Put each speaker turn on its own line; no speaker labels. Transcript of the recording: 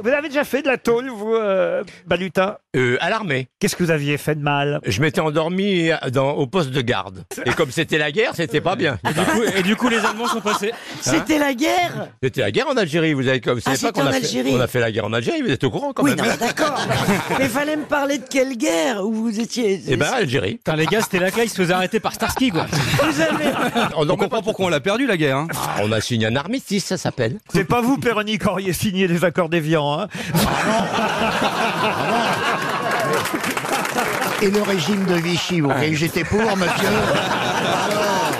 Vous avez déjà fait de la tôle, vous, euh, Balutin
Euh, à l'armée.
Qu'est-ce que vous aviez fait de mal
Je m'étais endormi euh, dans- au poste de garde. Et comme c'était la guerre, c'était pas bien.
Et du coup, les Allemands sont passés.
Hein C'était la guerre
C'était la guerre en Algérie. Vous avez comme
Ah,
savez pas
c'était
qu'on
en
a fait,
Algérie.
on a fait la guerre en Algérie. Vous êtes au courant quand
Oui, non,
même.
Ah, mais d'accord. Mais fallait me parler de quelle guerre où vous étiez
Eh ben Algérie.
Putain, les gars, c'était la clé, ils se faisaient arrêter par Starsky, quoi.
Vous avez...
On,
On
dormait
comprend pourquoi on l'a perdu, la guerre. Hein.
pas. On a signé un armistice, ça s'appelle.
C'est pas vous, Péronique, qui auriez signé les accords d'Évian. Hein
Et le régime de Vichy, vous voyez, j'étais pour, monsieur. Ah non.